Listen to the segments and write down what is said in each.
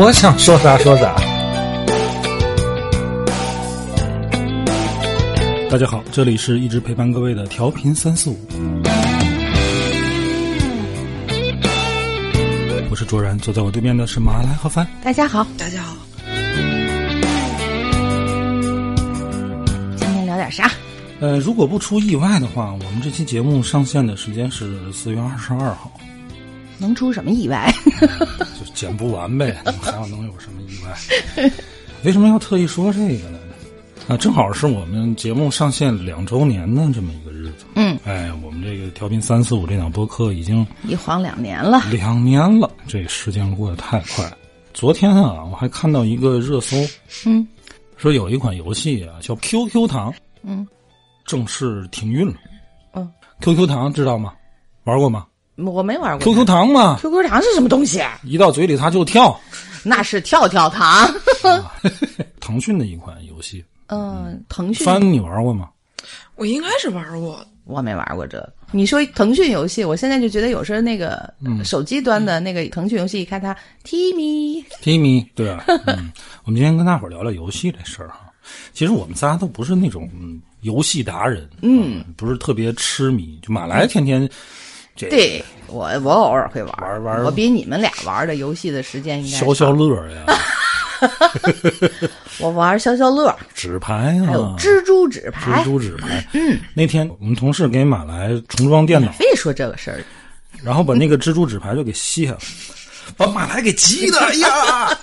我想说啥说啥。大家好，这里是一直陪伴各位的调频三四五，我是卓然，坐在我对面的是马来和帆。大家好，大家好，今天聊点啥？呃，如果不出意外的话，我们这期节目上线的时间是四月二十二号，能出什么意外？ 就剪不完呗，还要能有什么意外？ 为什么要特意说这个呢？啊，正好是我们节目上线两周年的这么一个日子。嗯，哎，我们这个调频三四五这档播客已经一晃两年了，两年了，这时间过得太快。昨天啊，我还看到一个热搜，嗯，说有一款游戏啊叫 QQ 糖，嗯，正式停运了。嗯，QQ 糖知道吗？玩过吗我没玩过。 ？QQ 糖嘛， QQ 糖是什么东西？一到嘴里它就跳。那是跳跳糖。腾讯的一款游戏，嗯，腾讯翻你玩过吗？我应该是玩过，我没玩过这个。你说腾讯游戏，我现在就觉得有时候那个嗯手机端的那个腾讯游戏，一看它 Timi，提米，对啊，嗯，我们今天跟大伙儿聊聊游戏这事儿哈。其实我们仨都不是那种嗯游戏达人，嗯、不是特别痴迷。就马来天天这对我我偶尔会玩玩玩我比你们俩玩的游戏的时间应该消消乐 呀、我玩消消乐，纸牌还有啊、蜘蛛纸牌蜘，蛛纸牌。嗯，那天我们同事给马来重装电 脑，非得说这个事儿。然后把那个蜘蛛纸牌就给卸了， 把马来给急的，哎呀！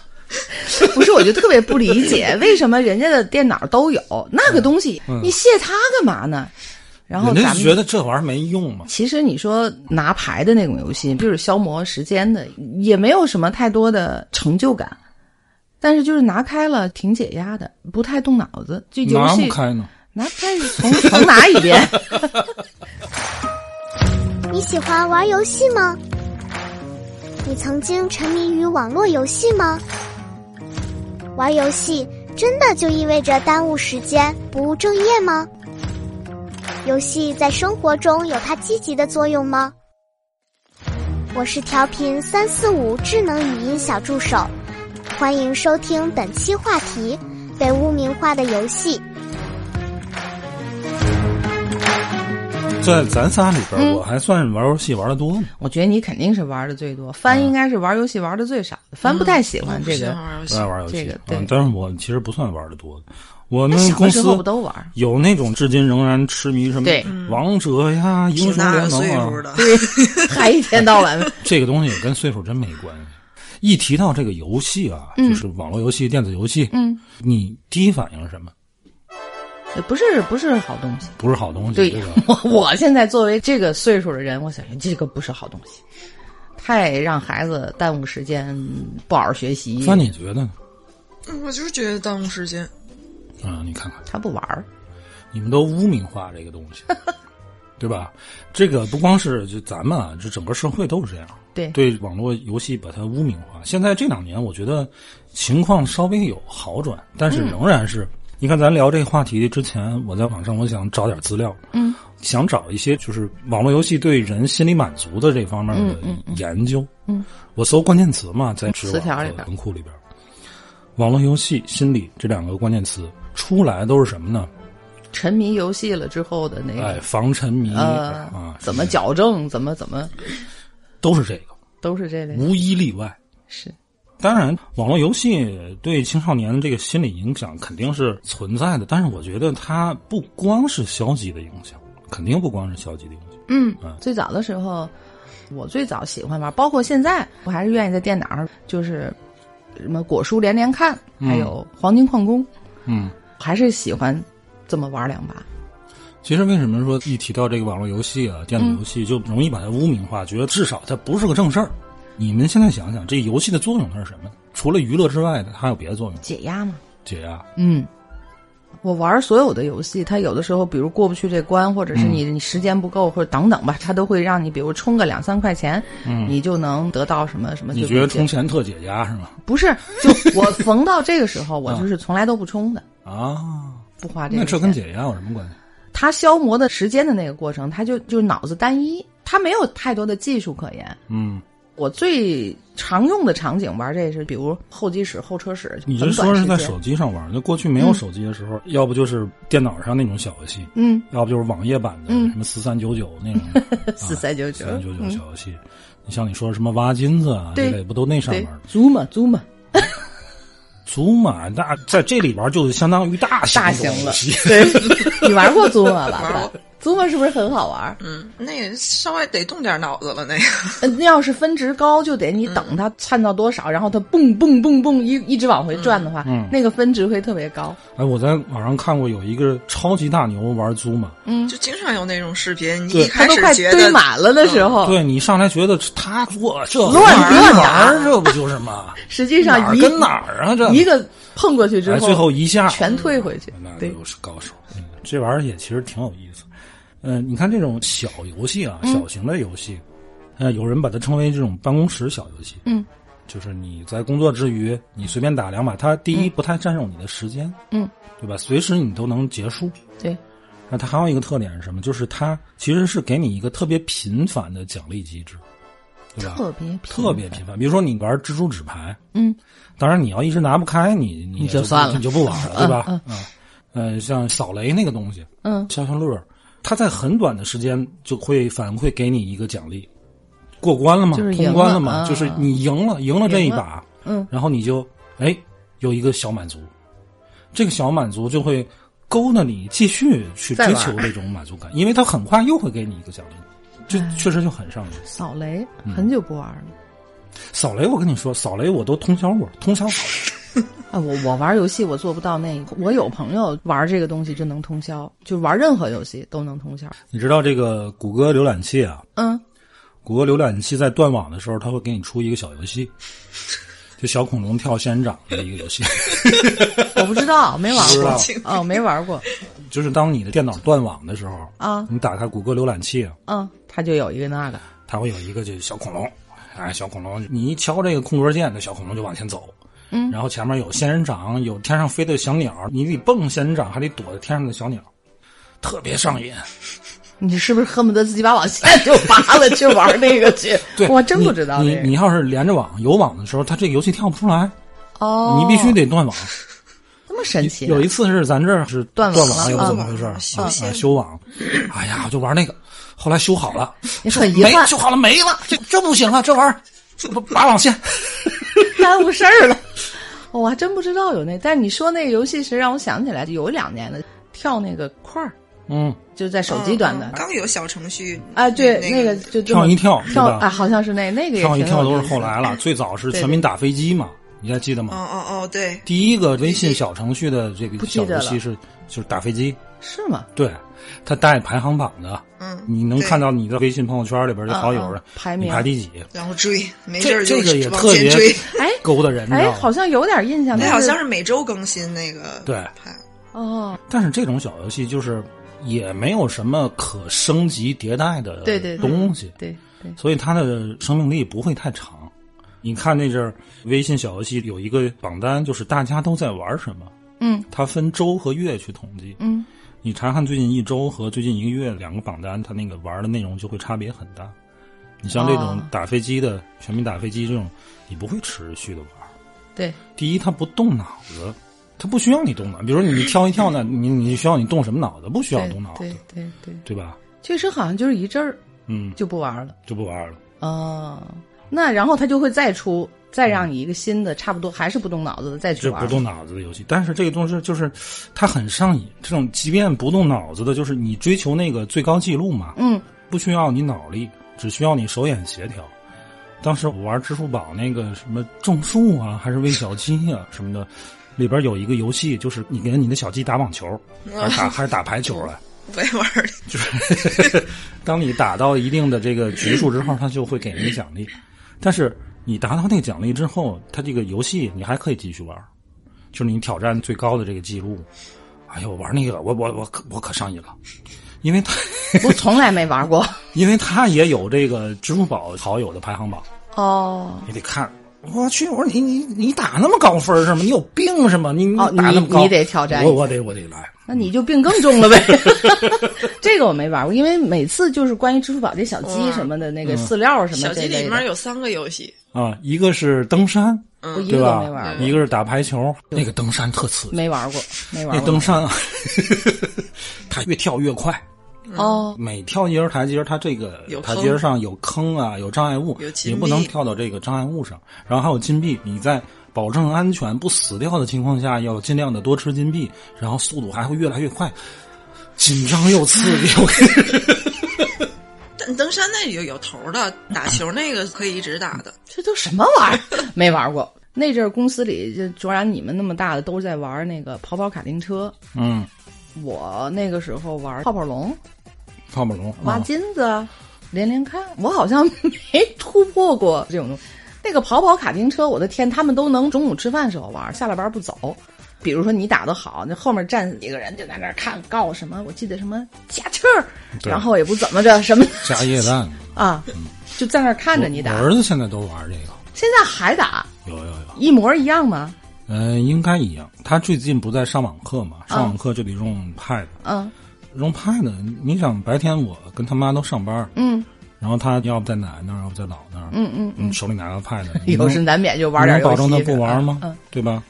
不是，我就特别不理解，为什么人家的电脑都有那个东西，你卸它干嘛呢？然 嗯后人家咱就觉们得这玩意儿没用 嘛。其实你说拿牌的那种游戏，就是消磨时间的，也没有什么太多的成就感。但是就是拿开了，挺解压的，不太动脑子。就游拿戏不开呢，拿开重重拿一 遍。你喜欢玩游戏吗？你曾经沉迷于网络游戏吗？玩游戏真的就意味着耽误时间、不务正业吗？游戏在生活中有它积极的作用吗？我是调频三四五智能语音小助手，欢迎收听本期话题：被污名化的游戏。在咱仨里嗯边，我还算玩游戏玩的多呢。我觉得你肯定是玩的最多，翻应该是玩游戏玩的最少的，翻不太喜欢这我不个喜。欢玩游嗯不啊戏爱。玩游戏，这个对嗯，但是我其实不算玩的多的。我那们小公的时司候不都玩？有那种至今仍然痴迷什么对王者呀、英嗯挺雄大联个岁盟数啊，的，对，还一天 到晚这个东西跟岁数真没关系。一提到这个游戏啊，就是网络游戏、电子游戏，嗯，你第一反应是什么？也不是不是好东西。不是好东西，对这个， 我我现在作为这个岁数的人，我想这个不是好东西，太让孩子耽误时间，不好好学习。那你觉得呢？嗯我就是觉得耽误时间。啊，你看看，他不玩儿，你们都污名化这个东 西，对吧？这个不光是就咱们啊，这整个社会都是这样。对，对网络游戏把它污名化。现在这两年，我觉得情况稍微有好转，但是仍然是。你看，咱聊这个话题之前，我在网上我想找点资料，嗯，想找一些就是网络游戏对人心理满足的这方面的研究，嗯，我搜关键词嘛，在知词条网里和边文库里边，网络游戏、心理这两个关键词出来都是什么呢？沉迷游戏了之后的那哎，个防沉迷呃啊，，怎么矫正，怎么怎么，都是这个，都是这类无一例外。是。当然，网络游戏对青少年这个心理影响肯定是存在的，但是我觉得它不光是消极的影响，肯定不光是消极的影响。嗯嗯，最早的时候，我最早喜欢玩，包括现在，我还是愿意在电脑上，就是什么果蔬连连看，还有黄金矿工，嗯，还是喜欢这么玩两把。其实为什么啊说一提到这个网络游戏啊、电子游戏，就容易把它污名化，觉得至少它不是个正事儿。你们现在想想，这游戏的作用它是什么？除了娱乐之外的，它还有别的作用？解压嘛。解压。嗯，我玩所有的游戏，它有的时候，比如过不去这关，或者嗯是你、你时间不够，或者等等吧，它都会让你，比如充个两三块钱，你就能得到什么什么。嗯你觉得充钱特解压是吗？不是？ 就我逢到这个时候，我就是从来都不充的，啊，不花这嗯个那钱。这跟解压有什么关系？它消磨的时间的那个过程，它就就是脑子单一，它没有太多的技术可言。嗯，我最常用的场景玩这是，比如候机室、候车室。你这很短说是在时间手机上玩，那过去没有手机的时候，要不就是电脑上那种小游戏，嗯，要不就是网页版的嗯什么四三九九 那种啊四三九九嗯四三九九小游戏。你像你说什么挖金子啊对这类，不都那上对面吗？租嘛租嘛，祖玛那在这里边就是相当于大型大大型了。 对，你 玩过租嘛吧？玩过租嘛是不是很好玩？嗯，那也稍微得动点脑子了，那个。呃那要是分值高，就得你等它窜到多少，然后它蹦蹦蹦蹦一一直往回转的话，嗯那个分值会特别高。哎，我在网上看过有一个超级大牛玩祖玛，就经常有那种视频，你对一它开都始快觉堆得嗯满了的时候，对你上来觉得他做这哦乱乱打打，这不就是吗？实际哪上儿一跟哪儿啊？这一个碰过去之哎后，最后一下全退回去。那对，就是高手。嗯这玩意儿也其实挺有意思。嗯、你看这种小游戏啊，嗯小型的游戏，呃，有人把它称为这种办公室小游戏。嗯，就是你在工作之余，你随便打两把，它第一不太占用你的时间，嗯，对吧？随时你都能结束。对，那它还有一个特点是什么？就是它其实是给你一个特别频繁的奖励机制，对吧？特别频繁特别频繁。比如说你玩蜘蛛纸牌，嗯，当然你要一直拿不开，你你你也就就算了你就不玩了，对吧？嗯，呃，像扫雷那个东西，嗯，消消乐，它在很短的时间就会反馈给你一个奖励，过关了吗？就是赢通关了了吗？啊就是你赢了，赢了这一赢了把，嗯，然后你就哎有一个小满足，这个小满足就会勾搭你继续去再追玩求这种满足感，因为它很快又会给你一个奖励，这嗯确实就很上瘾。扫雷嗯很久不玩了。扫雷，我跟你说，扫雷我都通宵过，通宵玩。啊，我我玩游戏我做不到那一步，我有朋友玩这个东西就能通宵，就玩任何游戏都能通宵。你知道这个谷歌浏览器啊？嗯，谷歌浏览器在断网的时候，它会给你出一个小游戏，就小恐龙跳仙人掌的一个游戏。 我不知道，没玩不知过道啊、没玩过就是当你的电脑断网的时候啊你打开谷歌浏览器，啊嗯，他就有一个那个，它会有一个这小恐龙，哎，小恐龙，你一敲这个空格键，那小恐龙就往前走。嗯，然后前面有仙人掌，有天上飞的小鸟，你得蹦仙人掌，还得躲着天上的小鸟，特别上瘾。你是不是恨不得自己把网线就拔了去玩那个去？ 对，我真不知道你这你个你要是连着网有网的时候，它这个游戏跳不出来，哦，你必须得断网。这么神奇、啊。有一次是咱这儿是断断网了网，也不啊怎么回事儿修啊，线修网。哎呀，我就玩那个，后来修好 了，你说很遗没憾修好了没了，这这不行啊，这玩意儿这不拔网线。 耽误事儿了。 我还真不知道有那，但你说那个游戏是让我想起来有两年的跳那个块儿，嗯，就是在手机端的嗯。刚有小程序啊，对，那那个就这么跳一跳是跳吧啊，好像是那那个也上一挺有跳都意是思后的来了，最早是对全民打飞机嘛，你还记得吗？哦哦哦，对，第一个微信小程序的这不个记小得游了戏是就是打飞机，是吗？对，它带排行榜的，嗯你能对看到你的微信朋友圈里边的好友嗯嗯排你名排第几？然后追，没事这儿就这个也往特前别追。哎 勾搭人，你知哎，道吗好像有点印象，那但哎好像是每周更新那个对牌哦，但是这种小游戏就是也没有什么可升级迭代的对对对东西，对对，所以它的生命力不会太长。你看那阵儿，微信小游戏有一个榜单，就是大家都在玩什么，嗯它分周和月去统计。嗯，你查看最近一周和最近一个月两个榜单，它那个玩的内容就会差别很大。你像这种哦打飞机的、全民打飞机这种，你不会持续的玩。对，第一，它不动脑子，它不需要你动脑。比如说你跳一跳呢，你你需要你动什么脑子？不需要对动脑子，对对对，对吧？确实好像就是一阵儿嗯，就不玩了就不玩了。哦，那然后他就会再出，再让你一个新的，差不多还是不动脑子的再去这玩不动脑子的游戏，但是这个东西就是它很上瘾。这种即便不动脑子的，就是你追求那个最高记录嘛，嗯，不需要你脑力，只需要你手眼协调。当时我玩支付宝那个什么种树啊，还是喂小鸡啊什么的，里边有一个游戏，就是你跟你的小鸡打网球，还是 打还是打排球来。我也玩儿的。当你打到一定的这个局数之后，它就会给你奖励。但是你达到那个奖励之后，它这个游戏你还可以继续玩儿，就是你挑战最高的这个记录。哎呦，玩那个我我我可我可上瘾了，因为它我从来没玩 过。因为它也有这个支付宝好友的排行榜，哦你得看。我去，我说你你你打那么高分儿是吗？你有病是吗？你你哦打那么高，你你得挑战一下我我得我得来。那你就病更 重了呗。这个我没玩过，因为每次就是关于支付宝这小鸡什么的，嗯那个饲料什么小这鸡类里面的，有三个游戏，啊，一个是登山，我嗯一对个都吧没玩？过，一个是打排球，那个登山特刺激，没玩过，没那玩过登。山啊，它越跳越快，哦，每跳一节台阶，它这个有台坑阶上有坑啊，有障碍物有，金你币不能跳到这个障碍物上。然后还有金币，你在保证安全不死掉的情况下，要尽量的多吃金币，然后速度还会越来越快，紧张又刺激。我跟你说但登山那有有头的，打球那个可以一直打的。嗯这都什么玩意儿？ 没玩过。那阵儿公司里就卓然你们那么大的都在玩那个跑跑卡丁车，嗯，我那个时候玩泡泡龙、泡泡龙，挖嗯金子、哦连连看，我好像没突破过这种东西。那个跑跑卡丁车，我的天，他们都能中午吃饭时候玩，下了班不走。比如说你打得好，那后面站几个人就在那儿看告什么，我记得什么加气儿，对然后也不怎么着什么加液氮。啊，就在那儿看着你我打。儿子现在都玩这个，现在还打，有有有。一模一样吗？嗯、应该一样。他最近不在上网课嘛？上网课就得用 Pad，、嗯用 Pad。你想白天我跟他妈都上班，嗯。然后他要不在奶奶那儿，要不在姥那儿，嗯嗯嗯，手里拿个 Pad，你 有能时难免就玩点你能游保证戏什么他的。不玩吗？嗯，对吧？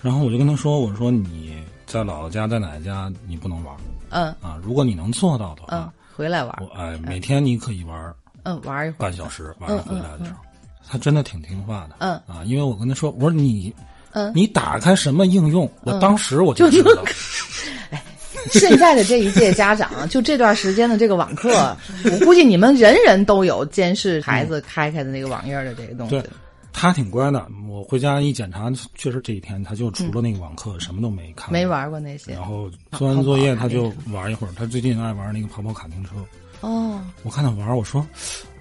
然后我就跟他说，我说你在姥姥家，在奶奶家你不能玩嗯啊，如果你能做到的话，嗯，回来玩啊我，哎，每天你可以玩嗯，玩一会儿。半小时，晚上回来的时候，他真的挺听话的，嗯啊，因为我跟他说，我说你。嗯你打开什么应用？我当时我就知道， 现在的这一届家 长，就这段时间的这个网课，我估计你们人人都有监视孩子开开的那个网页的这个东西对。他挺乖的。我回家一检查，确实这一天他就除了那个网课什么都没看，没玩过那些然后做完作业他就玩一会儿。他最近爱玩那个跑跑卡丁车，哦，我看他玩，我说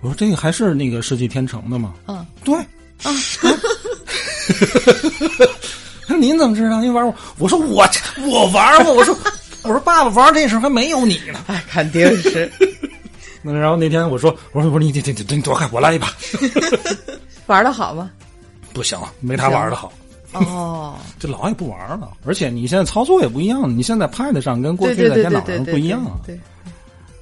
我说这个还是那个世纪天成的吗？嗯，对啊。 他说您怎么知道？您玩过？我说我我玩过。我说我说爸爸玩这时候还没有你呢。哎，肯定 是那然后那天我说我说我说你你你你你躲开，我来一把。玩的好吗？不行，没他玩的好。 哦，这老也不玩了，而且你现在操作也不一样了，你现在 Pad 上跟过对去对在对电对脑对上对，不一样啊。对，对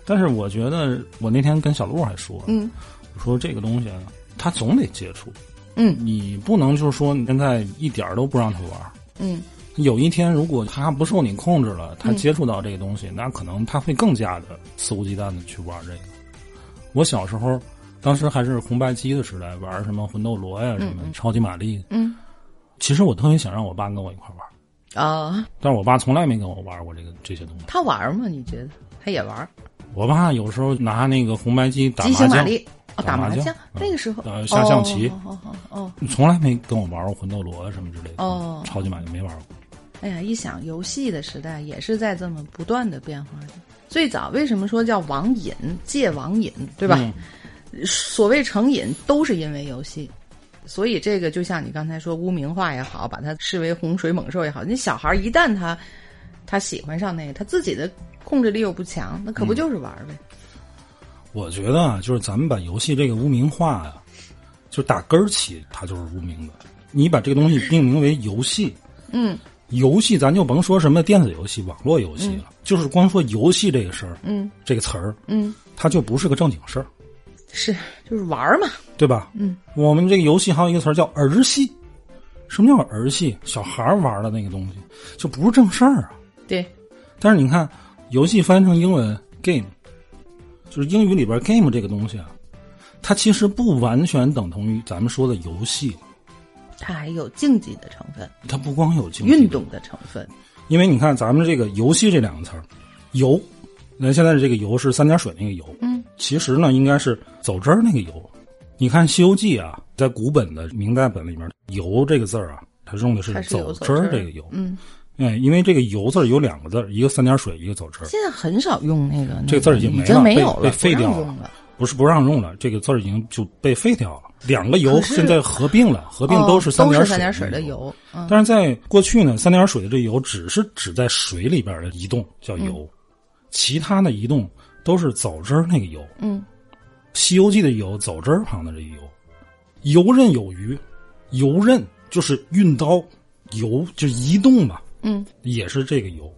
但是我觉得，我那天跟小璐还说，嗯，我说这个东西啊，他总得接触，嗯你不能就是说你现在一点儿都不让他玩儿。嗯，有一天，如果他不受你控制了，他接触到这个东西，那可能他会更加的肆无忌惮的去玩这个。我小时候，当时还是红白机的时代，玩什么魂斗罗呀、什么、超级玛丽，嗯，其实我特别想让我爸跟我一块儿玩儿，啊，但是我爸从来没跟我玩过这个这些东西。他玩吗？你觉得他也玩？我爸有时候拿那个红白机打吉麻星玛将，丽哦，打打麻麻将将那个时候呃下象棋哦哦哦哦。从来没跟我玩过魂斗罗啊什么之类的。哦超级玛丽没玩过。哎呀，一想游戏的时代也是在这么不断的变化着。最早为什么说叫网瘾、戒网瘾，对吧？嗯所谓成瘾，都是因为游戏。所以这个就像你刚才说污名化也好，把它视为洪水猛兽也好，那小孩一旦他他喜欢上那个，他自己的控制力又不强，那可嗯不就是玩儿呗？我觉得啊，就是咱们把游戏这个污名化呀、就打根儿起，它就是污名的。你把这个东西定名为游戏，嗯，游戏咱就甭说什么电子游戏、网络游戏了，就是光说游戏这个事儿，嗯，这个词儿，嗯，它就不是个正经事儿，是，就是玩儿嘛。对吧？嗯，我们这个游戏还有一个词儿叫儿戏，什么叫儿戏？小孩儿玩的那个东西，就不是正事儿啊。对，但是你看，游戏翻译成英文 game，就是英语里边 game 这个东西啊，它其实不完全等同于咱们说的游戏，它还有竞技的成分、它不光有竞技运动，的成分。因为你看咱们这个游戏这两个词儿，游，那现在这个游是三点水那个游，嗯，其实呢应该是走之儿那个游。你看《西游记》啊，在古本的明代本里面，“游”这个字儿啊，它用的是它是有之走之儿儿这个游，嗯，哎，因为这个“游”字儿有两个字儿，一个三点水，一个走之儿。现在很少用那个，那这个字儿已已经没经了没被有被了，废不让掉了用了。不是不让用了，这个字儿已经就被废掉了。两个油可是现在合并了，合并都哦是都点水是三的点水的油，嗯，但是在过去呢，三点水的这油只是指在水里边的移动叫油，嗯其他的移动都是走汁儿那个油。嗯， 《西游记》的油，走汁儿旁的这个油，游刃有余。游刃就是运刀，游就是移动嘛，嗯，也是这个游。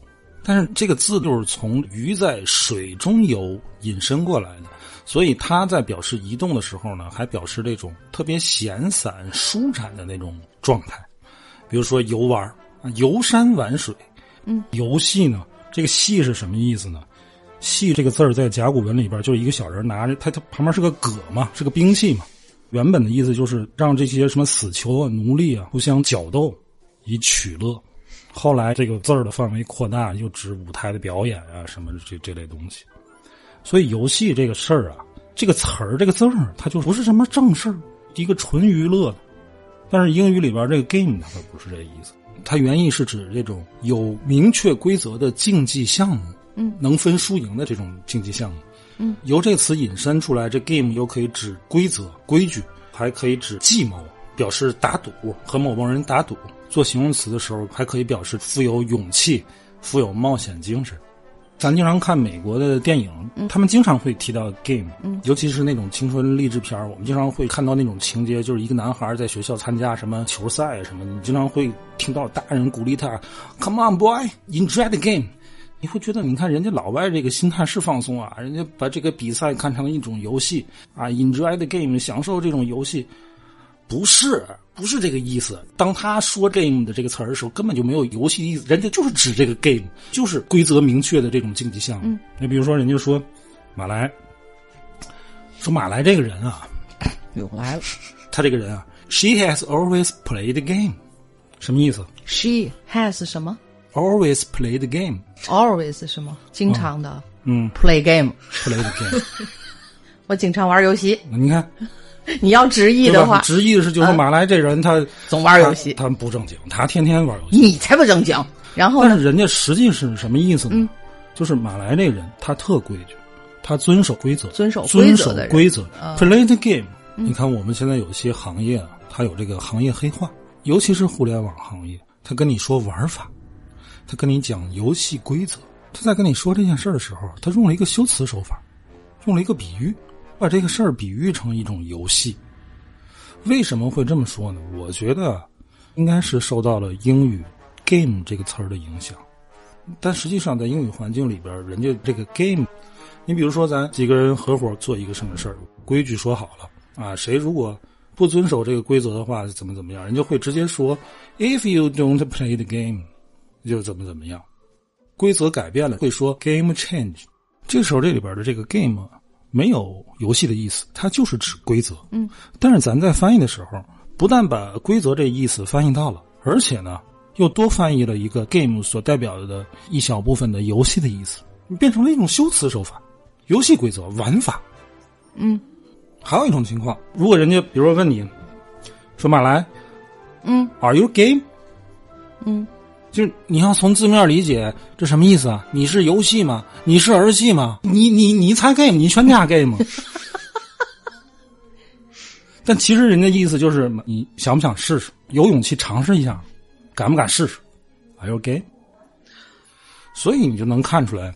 但是这个字就是从鱼在水中游引申过来的，所以它在表示移动的时候呢，还表示这种特别闲散、舒展的那种状态。比如说游玩儿啊，游山玩水。嗯，游戏呢，这个戏是什么意思呢？戏这个字儿在甲骨文里边就是一个小人拿着，他他旁边是个戈嘛，是个兵器嘛。原本的意思就是让这些什么死囚啊、奴隶啊互相角斗，以取乐。后来这个字儿的范围扩大，又指舞台的表演啊什么这这类东西。所以游戏这个事儿啊，这个词儿这个字儿，它就不是什么正事儿，一个纯娱乐的。但是英语里边这个 game 它可不是这个意思，它原意是指这种有明确规则的竞技项目，嗯，能分输赢的这种竞技项目，嗯，由这词引申出来，这 game 又可以指规则、规矩，还可以指计谋，表示打赌和某某人打赌。做形容词的时候，还可以表示富有勇气、富有冒险精神。咱经常看美国的电影，他们经常会提到 game，、尤其是那种青春励志片儿我们经常会看到那种情节，就是一个男孩在学校参加什么球赛啊什么，你经常会听到大人鼓励他，Come on boy，enjoy the game。你会觉得，你看人家老外这个心态是放松啊，人家把这个比赛看成了一种游戏啊，enjoy the game，享受这种游戏。不是，不是这个意思。当他说 “game” 的这个词儿的时候，根本就没有游戏的意思，人家就是指这个 game，就是规则明确的这种竞技项嗯目。你、比如说，人家说马来，说马来这个人啊， 又来了他这个人啊，she has always played the game，什么意思，she has 什么？always played the game， ，always 什么，经常的嗯 play game， ，play the game。我经常玩游戏。你看，你要直译对的吧？话，啊直译的是就是说马来这人他总玩游戏他他不正经，他天天玩游戏。你才不正经。然后但呢， 嗯是人家实际是什么意思呢？就是马来这人他特规矩，他遵守规则，遵守规遵则守的人嗯规则、p l a y the game、你看我们现在有些行业啊，它有这个行业黑化，尤其是互联网行业，他跟你说玩法，他跟你讲游戏规则，他在跟你说这件事儿的时候，他用了一个修辞手法，用了一个比喻，把这个事儿比喻成一种游戏。为什么会这么说呢？我觉得应该是受到了英语 “game” 这个词儿的影响，但实际上在英语环境里边儿，人家这个 “game”，你比如说咱几个人合伙做一个什么事儿，规矩说好了啊，谁如果不遵守这个规则的话，怎么怎么样，人家会直接说 “If you don't play the game”，就怎么怎么样。规则改变了，会说 “game change”。这时候这里边的这个 “game” 啊没有游戏的意思，它就是指规则。嗯，但是咱在翻译的时候，不但把规则这意思翻译到了，而且呢，又多翻译了一个 “game” 所代表的一小部分的游戏的意思，变成了一种修辞手法，游戏规则、玩法。嗯，还有一种情况，如果人家比如说问你，说马来，嗯，Are you game？嗯，就是你要从字面理解，这什么意思啊？你是游戏吗？你是儿戏吗？你你你才 game，你全家 game 吗？ 但其实人家意思就是，你想不想试试？有勇气尝试一下，敢不敢试试？Are you game？所以你就能看出来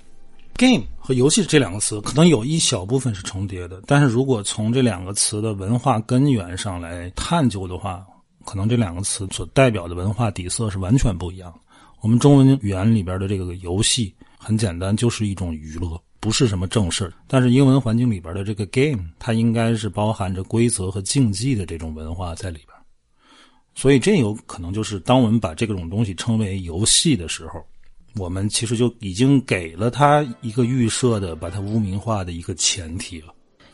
，game 和游戏这两个词可能有一小部分是重叠的，但是如果从这两个词的文化根源上来探究的话，可能这两个词所代表的文化底色是完全不一样的。我们中文语言里边的这个游戏很简单，就是一种娱乐，不是什么正事儿但是英文环境里边的这个 game，它应该是包含着规则和竞技的这种文化在里边。所以这有可能就是当我们把这种东西称为游戏的时候，我们其实就已经给了它一个预设的，把它污名化的一个前提了。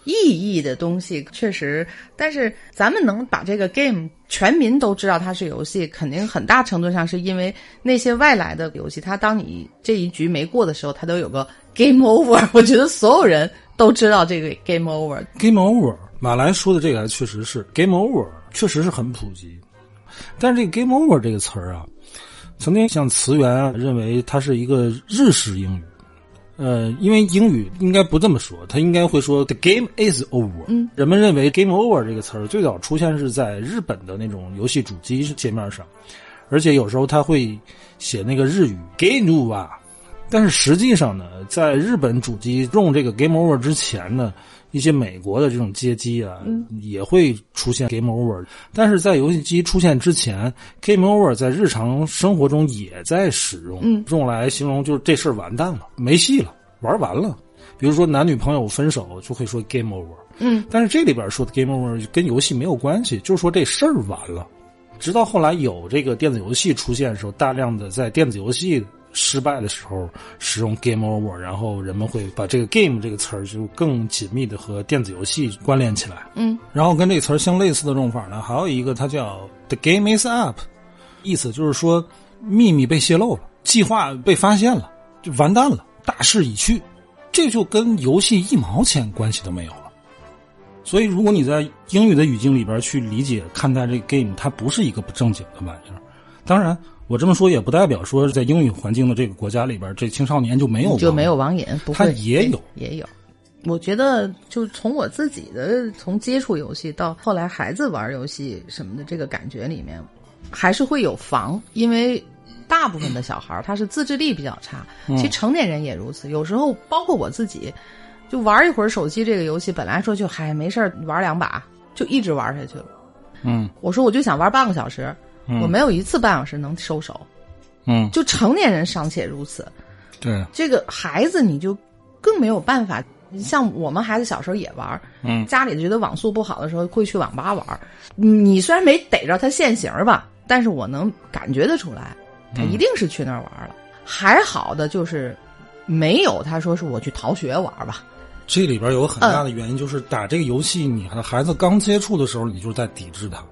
意义的东西确实，但是咱们能把这个 game 全民都知道它是游戏，肯定很大程度上是因为那些外来的游戏，它当你这一局没过的时候，它都有个 game over。我觉得所有人都知道这个 game over。 Game over，马来说的这个还确实是 Game over，确实是很普及。但是这个 Game over 这个词儿啊，曾经像词源啊认为它是一个日式英语，呃，因为英语应该不这么说，他应该会说 “the game is over”。嗯，人们认为 “game over” 这个词儿最早出现是在日本的那种游戏主机界面上，而且有时候他会写那个日语 “game over”。但是实际上呢，在日本主机用这个 “game over” 之前呢，一些美国的这种街机啊，也会出现 “game over”。但是在游戏机出现之前，“game over” 在日常生活中也在使用，用来形容就是这事儿完蛋了，没戏了，玩完了。比如说男女朋友分手就会说 “game over”，嗯，但是这里边说的 “game over” 跟游戏没有关系，就是说这事儿完了。直到后来有这个电子游戏出现的时候，大量的在电子游戏失败的时候使用 game over，然后人们会把这个 game 这个词儿就更紧密的和电子游戏关联起来。嗯，然后跟这个词儿相类似的用法呢，还有一个它叫 the game is up，意思就是说秘密被泄露了，计划被发现了，就完蛋了，大势已去，这就跟游戏一毛钱关系都没有了。所以，如果你在英语的语境里边去理解看待这个 game，它不是一个不正经的玩意儿。当然，我这么说也不代表说在英语环境的这个国家里边，这青少年就没有就玩没有网瘾，不他会也有也有。我觉得，就从我自己的从接触游戏到后来孩子玩游戏什么的这个感觉里面，还是会有防，因为大部分的小孩儿他是自制力比较差，嗯其实成年人也如此。有时候包括我自己，就玩一会儿手机这个游戏，本来说就嗨没事儿玩两把，就一直玩下去了。嗯我说我就想玩半个小时，嗯我没有一次半小时能收手，嗯，就成年人尚且如此，对，这个孩子你就更没有办法。像我们孩子小时候也玩儿，嗯家里觉得网速不好的时候会去网吧玩儿。你虽然没逮着他现行儿吧，但是我能感觉得出来，他嗯一定是去那儿玩儿了。还好的就是没有他说是我去逃学玩儿吧，这里边有很大嗯的原因就是打这个游戏，你和孩子刚接触的时候，你就是在抵制它。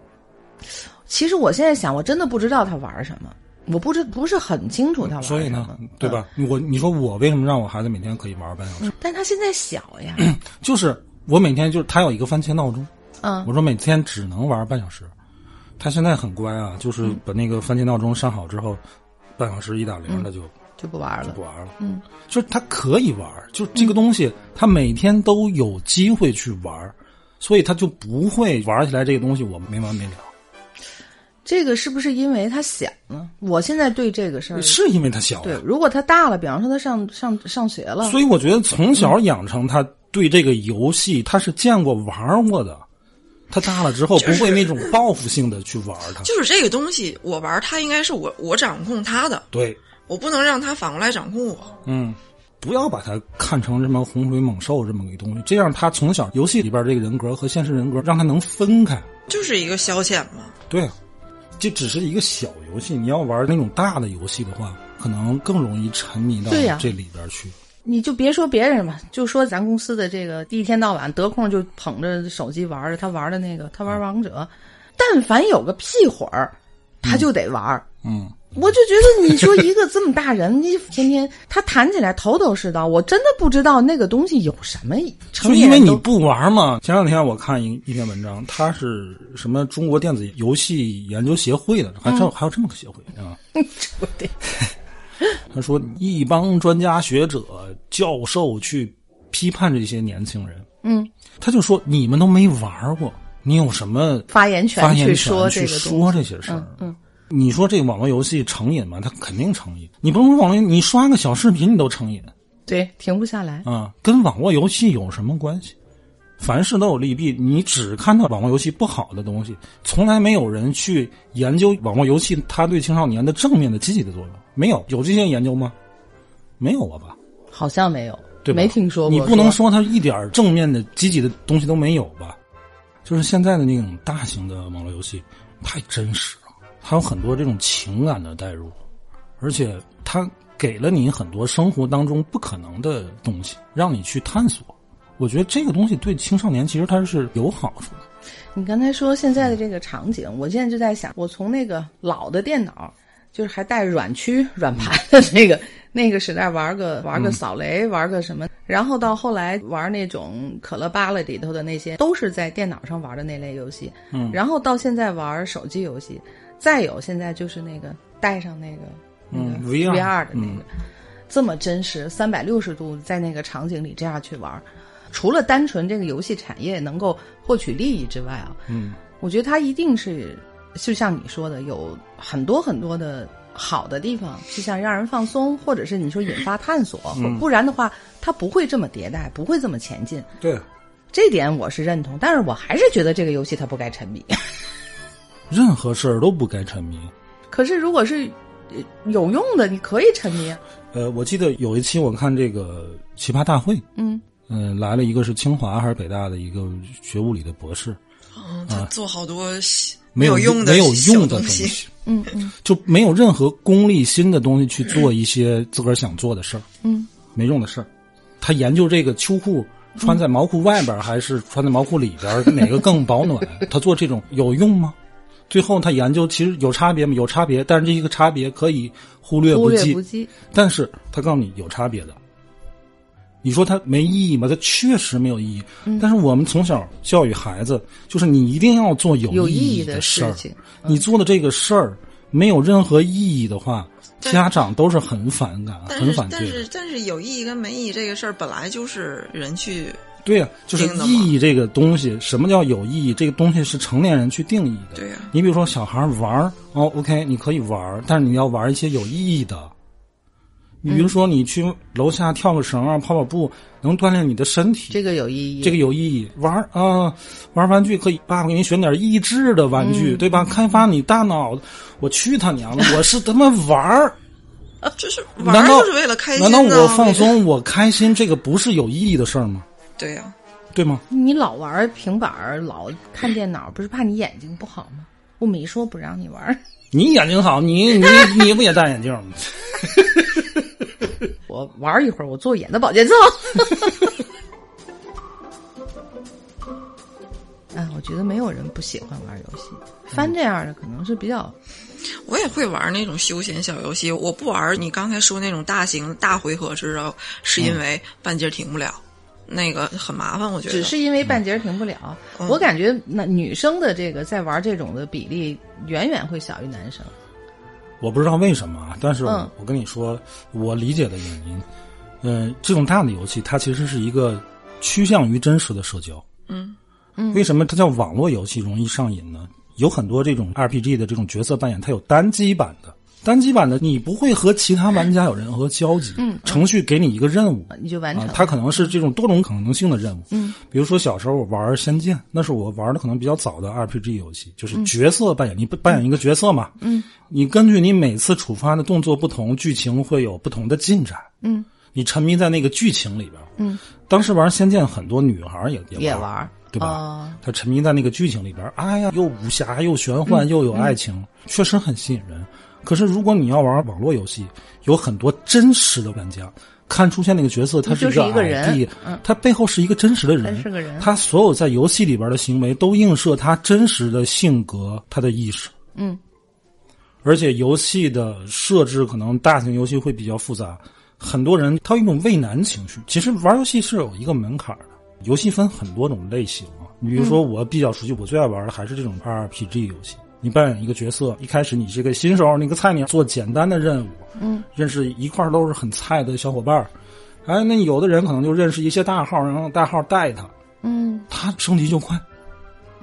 其实我现在想，我真的不知道他玩儿什么，我不知不是很清楚他玩儿嗯所以什呢么，，嗯对吧？我你说我为什么让我孩子每天可以玩半小时？嗯？但他现在小 呀，就是我每天就是他有一个番茄闹钟，嗯我说每天只能玩半小时。他现在很乖啊，就是嗯把那个番茄闹钟上好之后，半小时一打铃，他就就不玩就了不。玩了。嗯，就是他可以玩，就这个东西，他每天都有机会去玩，所以他就不会玩起来这个东西我没完没了。这个是不是因为他小呢？我现在对这个事儿，是因为他小啊，嗯对，如果他大了，比方说他上上上学了，所以我觉得从小养成他对这个游戏，他是见过玩过的。他大了之后不会那种报复性的去玩它， 就是这个东西，我玩它应该是我我掌控它的，对，我不能让它反过来掌控我。嗯，不要把它看成什么洪水猛兽这么个东西，这样他从小游戏里边这个人格和现实人格让他能分开。就是一个消遣嘛。对啊，这只是一个小游戏，你要玩那种大的游戏的话，可能更容易沉迷到对呀这里边去。你就别说别人吧，就说咱公司的这个，一天到晚得空就捧着手机玩儿，他玩的那个，他玩王者，嗯但凡有个屁火儿，他就得玩儿。嗯，我就觉得你说一个这么大人，你天天他谈起来头头是道，我真的不知道那个东西有什么就成年因为人你都不玩嘛。前两天我看一一篇文章，它是什么中国电子游戏研究协会的，还嗯这还有这么个协会 啊？对 他说一帮专家学者教授去批判这些年轻人，嗯，他就说你们都没玩过，你有什么发言权发言去权说这去个东西说这些事儿嗯？嗯，你说这网络游戏成瘾吗？它肯定成瘾。你甭说网络游戏，你刷个小视频你都成瘾对，停不下来。啊，跟网络游戏有什么关系？凡事都有利弊，你只看到网络游戏不好的东西，从来没有人去研究网络游戏它对青少年的正面的、积极的作用。没有，有这些研究吗？没有啊吧，好像没有，对吧？没听说过。你不能说它一点正面的、积极的东西都没有吧？就是现在的那种大型的网络游戏太真实了，它有很多这种情感的代入，而且它给了你很多生活当中不可能的东西，让你去探索。我觉得这个东西对青少年其实它是有好处的。你刚才说现在的这个场景，我现在就在想，我从那个老的电脑，就是还带软驱、软盘的那个、 那个时代玩个玩个扫雷，玩个什么，然后到后来玩那种可乐吧了里头的那些，都是在电脑上玩的那类游戏。嗯，然后到现在玩手机游戏，再有现在就是那个带上那个那嗯个 VR VR 的那个。这么真实，三百六十度在那个场景里这样去玩儿，除了单纯这个游戏产业能够获取利益之外啊，嗯，我觉得它一定是，就像你说的，有很多很多的好的地方，就像让人放松，或者是你说引发探索，嗯不然的话，它不会这么迭代，不会这么前进。对，这点我是认同，但是我还是觉得这个游戏它不该沉迷。 任何事儿都不该沉迷。可是如果是呃有用的，你可以沉迷啊。呃，我记得有一期我看这个《奇葩大会》，嗯，嗯、来了一个是清华还是北大的一个学物理的博士，嗯，他做好多没有用的没有用小的东东西，西，嗯嗯就没有任何功利心的东西去做一些自个儿想做的事儿，嗯，没用的事儿。他研究这个秋裤穿在毛裤外边儿还是穿在毛裤里边儿，哪个更保 暖？他做这种有用吗？最后他研究其实有差别吗？有差别，但是这一个差别可以忽略忽不略计。不计。但是他告诉你有差别的，你说它没意义吗？它确实没有意义。但是我们从小教育孩子，就是你一定要做有有意意义的事儿嗯事情。你做的这个事儿没有任何意义的话，对家长都是很反感、 但很是反但对是的。但是有意义跟没意义这个事儿本来就是人去对呀、就是定的嘛意义这个东西，什么叫有意义？这个东西是成年人去定义的。对呀你比如说小孩玩儿哦，OK，你可以玩儿，但是你要玩儿一些有意义的。你嗯比如说，你去楼下跳个绳啊，跑跑步，能锻炼你的身体，这个有意义，这个有意义。玩儿啊、玩儿玩具可以，爸爸给你选点益智的玩具，嗯对吧？开发你大脑。我去他娘的，我是他妈玩儿，啊就是玩难儿道就是为了 开心难道我啊放？松，我开心，这个不是有意义的事儿吗？对呀、对吗？你老玩平板儿，老看电脑，不是怕你眼睛不好吗？我没说不让你玩儿，你眼睛好，你你你不也戴眼镜吗？我玩儿一会儿，我做眼的保健操。 哎，我觉得没有人不喜欢玩游戏，翻这样的可能是比较我也会玩那种休闲小游戏，我不玩你刚才说那种大型大回合制的，是因为半截停不了，那个很麻烦，我觉得。嗯只是因为半截儿停不了。嗯我感觉那女生的这个在玩这种的比例远远会小于男生。我不知道为什么啊，但是我,、嗯我跟你说，我理解的原因，嗯、这种大的游戏它其实是一个趋向于真实的社交。嗯嗯，为什么它叫网络游戏容易上瘾呢？有很多这种 RPG 的这种角色扮演，它有单机版的。单机版的你不会和其他玩家有任何交集，嗯，程序给你一个任务，你就完成啊了，它可能是这种多种可能性的任务。嗯，比如说小时候我玩《仙剑》，那是我玩的可能比较早的 RPG 游戏，就是角色扮演，你不扮演一个角色嘛。嗯，你根据你每次触发的动作不同，剧情会有不同的进展。嗯，你沉迷在那个剧情里边。嗯，当时玩《仙剑》，很多女孩儿也也玩玩儿，，对吧？哦他沉迷在那个剧情里边儿，哎呀，又武侠又玄嗯幻又有爱情，确实很吸引人。可是如果你要玩网络游戏，有很多真实的玩家，看出现那个角色，他就是是一个人 ID，、嗯他背后是一个真实的人，他是个人他所有在游戏里边的行为都映射他真实的性格，他的意识。嗯，而且游戏的设置可能大型游戏会比较复杂，很多人他有一种畏难情绪。其实玩游戏是有一个门槛儿的，游戏分很多种类型啊。你比如说，我比较熟悉，我最爱玩的还是这种 RPG 游戏。你扮演一个角色，一开始你是个新手，那个菜鸟，做简单的任务，嗯，认识一块儿都是很菜的小伙伴儿。哎，那有的人可能就认识一些大号，然后大号带他，嗯，他升级就快。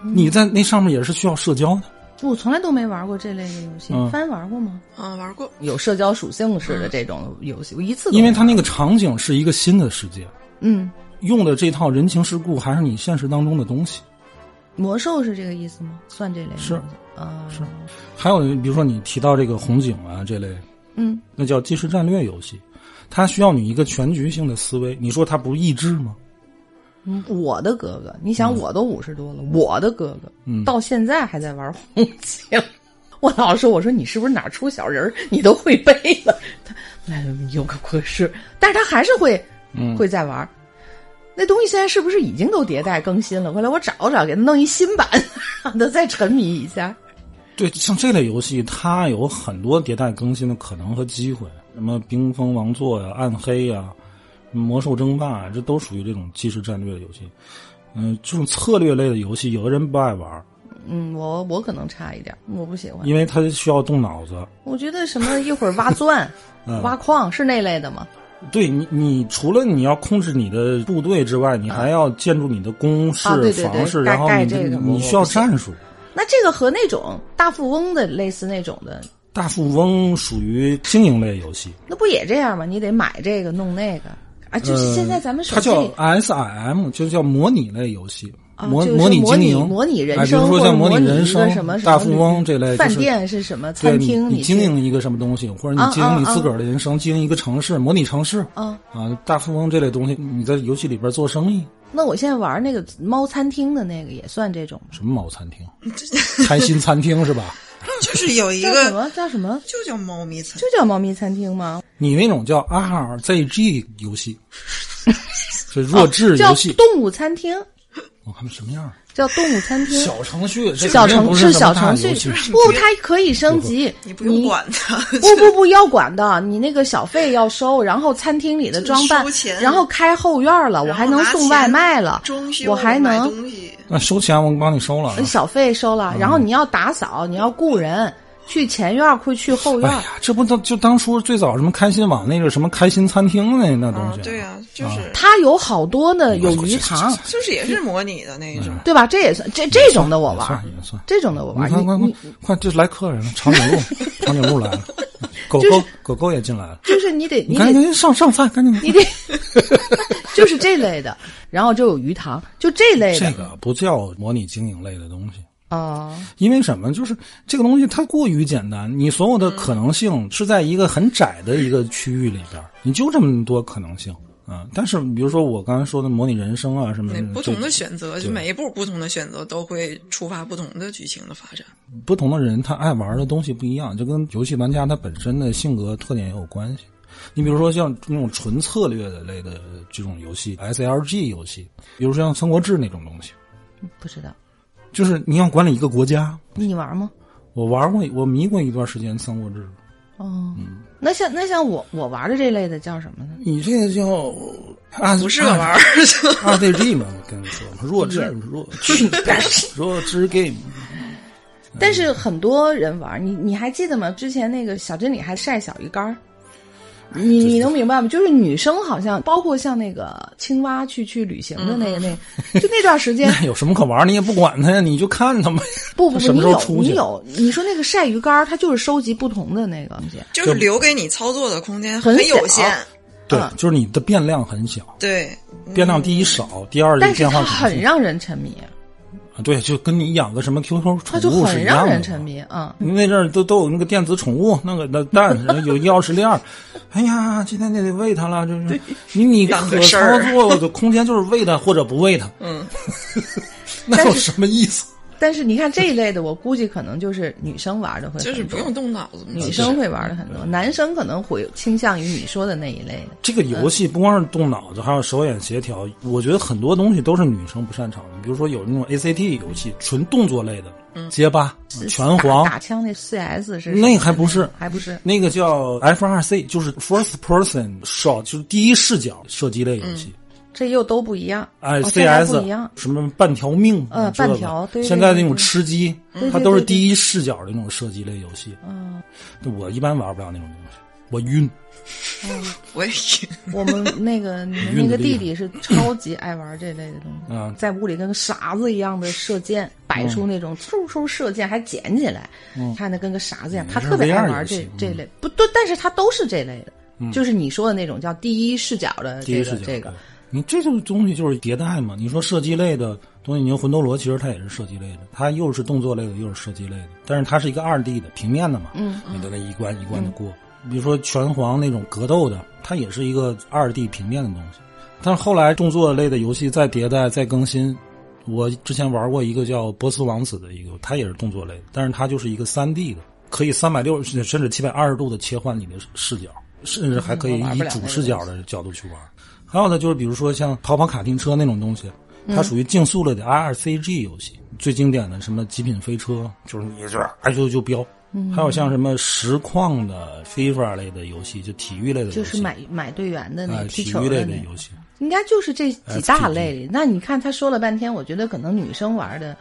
你在那上面也是需要社交的，我从来都没玩过这类的游戏嗯，帆玩过吗？嗯，玩 过。有社交属性似的这种游戏，我一次都没因玩为他那个场景是一个新的世界，嗯，用的这套人情世故还是你现实当中的东西。魔兽是这个意思吗？算这类的是东西啊，是还有，比如说你提到这个红警啊这类，嗯，那叫即时战略游戏，它需要你一个全局性的思维。你说它不益智吗？嗯我的哥哥，你想我都五十多了，我的哥哥、嗯到现在还在玩红警。 我老说，我说你是不是哪儿出小人儿，你都会背了？ 他哎有可不是，但是他还是会嗯会再玩儿。那东西现在是不是已经都迭代更新了？回来我找找，给他弄一新版， 让他再沉迷一下。对，像这类游戏，它有很多迭代更新的可能和机会，什么冰封王座呀、暗黑呀、魔兽争霸啊，这都属于这种即时战略游戏。嗯、这种策略类的游戏，有的人不爱玩儿，嗯，我我可能差一点，我不喜欢。因为它需要动脑子。我觉得什么一会儿挖钻、 嗯挖矿是那类的吗？对你，你除了你要控制你的部队之外，你还要建筑你的工事、啊对对对房事，盖然后盖你的这个我你需我要不行战术。那这个和那种大富翁的类似那种的，大富翁属于经营类游戏，那不也这样吗？你得买这个弄那个啊，就是呃现在咱们手它机叫里 SIM，就叫模拟类游戏，啊模就是拟模经拟营、模拟人哎比生，如或说者像模拟人一生、个什么什么大富翁这类，饭就是店是什么，对餐你厅你去经营一个什么东西，或者啊你经啊营你啊自个儿的人生，经营一个城市，模拟城市啊。啊，大富翁这类东西，你在游戏里边做生意，那我现在玩那个猫餐厅的那个也算这种吗？什么猫餐 厅、开心餐厅是吧？就是有一叫什个么叫什么？就叫猫咪餐就，叫猫咪餐厅吗？你那种叫 RZG 游戏，是弱智哦叫游戏，动物餐厅，我看什么样儿？叫动物餐厅。小程序，这小肯定程不是什么小大程游序戏，不，它可以升级，你不用管它，不不不要管的，你那个小费要收，然后餐厅里的装扮收钱，然后开后院 了，我然后还能送外卖了装，修我还买能东西，那收钱我帮你收了啊。小费收了，然后你要打扫，你要雇人去前院或去后哎院呀，，这不都就当初最早什么开心网那个什么开心餐厅那那东西、对啊，啊，就是它有好多的有鱼塘，就是也是模拟的那一嗯种。对吧？这也算这这种的我也玩啊算，也算。这种的我你玩，看，快你快你快，这来客人了，长颈鹿，长颈鹿来了，狗狗、就是狗狗也进来了，就是你得你你赶紧得赶紧上上饭，赶紧。你得，就是这类的，然后就有鱼塘，就这类的这个不叫模拟经营类的东西，啊。因为什么？就是这个东西它过于简单，你所有的可能性是在一个很窄的一个区域里边儿，你就这么多可能性啊、嗯但是比如说我刚才说的模拟人生啊什么那的，不这同的选择，就对每一步不同的选择都会触发不同的剧情的发展。不同的人他爱玩的东西不一样，就跟游戏玩家他本身的性格特点也有关系。你比如说像那种纯策略的类的这种游戏，SLG 游戏，比如说像《三国志》那种东西，不知道就是你要管理一个国家。你玩吗？我玩过，我迷过一段时间《三国志》。哦，嗯那像那像我我玩的这类的叫什么呢？你这个叫啊，不嗯适合玩儿，二 ZG 嘛？我跟你说，弱智，弱智，弱智 game。但是很多人玩，你你还记得吗？之前那个小真理还晒小鱼干儿。你这你能明白吗？就是女生好像，包括像那个青蛙去去旅行的那个嗯那，就那段 时间，哎那有什么可玩儿？你也不管它呀，你就看它呗。不它不不，什你么时候有出去你有，你说那个晒鱼干儿，它就是收集不同的那个东西，就是留给你操作的空间很有小限。对嗯，啊就是你的变量很小，对，变量第一少，第二但是变化可它能性很让人沉迷，啊，对，就跟你养个什么 QQ 宠物它就是很一样的让人沉。迷啊、嗯那阵儿都都有那个电子宠物，那个那蛋有钥匙链儿，哎呀，今天得喂它了，就是你你当可回事操儿作的空间就是喂它或者不喂它，嗯，那但有是什么意思？但是你看这一类的，我估计可能就是女生玩的会很多，就是不用动脑子嘛。女生会玩的很嗯多，男生可能会倾向于你说的那一类的。这个游戏嗯不光是动脑子，还有手眼协调，我觉得很多东西都是女生不擅长的，比如说有那种 ACT 游戏，纯动作类的，结巴、拳皇嗯打、打枪那 CS 是那什么还不是还不是那个叫 F 2 C，就是 First Person Shot，就是第一视角射击类游戏。这又都不一样。哎嗯哦现在，CS 不一样。什么半条命，嗯你知道吧半条对对现在那种吃鸡对，它对都是对对第一视角的那种射击类游戏。嗯，我一般玩不了那种东西，我晕。我也我们 那个你们那个弟弟是超级爱玩这类的东西，嗯在屋里跟个傻子一样的射箭，摆出那种嗖嗖射箭，还捡起来，看他跟个傻子一样。他是特别爱嗯 VR 玩游这戏这嗯类，不对，但是他都是这类的，就是你说的那种叫第一视角的第这一视个角，这个对。你这种东西就是迭代嘛。你说射击类的东西，你说魂斗罗其实它也是射击类的，它又是动作类的，又是射击类的，但是它是一个二 D 的平面的嘛，嗯，你的那一关一关的过。嗯比如说拳皇那种格斗的，它也是一个二 D 平面的东西。但是后来动作类的游戏再迭代再更新，我之前玩过一个叫《波斯王子》的一个，它也是动作类的，但是它就是一个三 D 的，可以三百六十甚至七百二十度的切换你的视角，甚至还可以嗯我玩以不了主那个视角的角度去玩。还有呢，就是比如说像跑跑卡丁车那种东西，嗯它属于竞速类的 RCG 游戏，最经典的什么极品飞车，就是你这啊就就飙。嗯还有像什么实况的 FIFA 类的游戏，就体育类的游戏，就是买买队员的那啊个踢体球育类的那个游戏。哎应该就是这几大类里。那你看他说了半天，我觉得可能女生玩的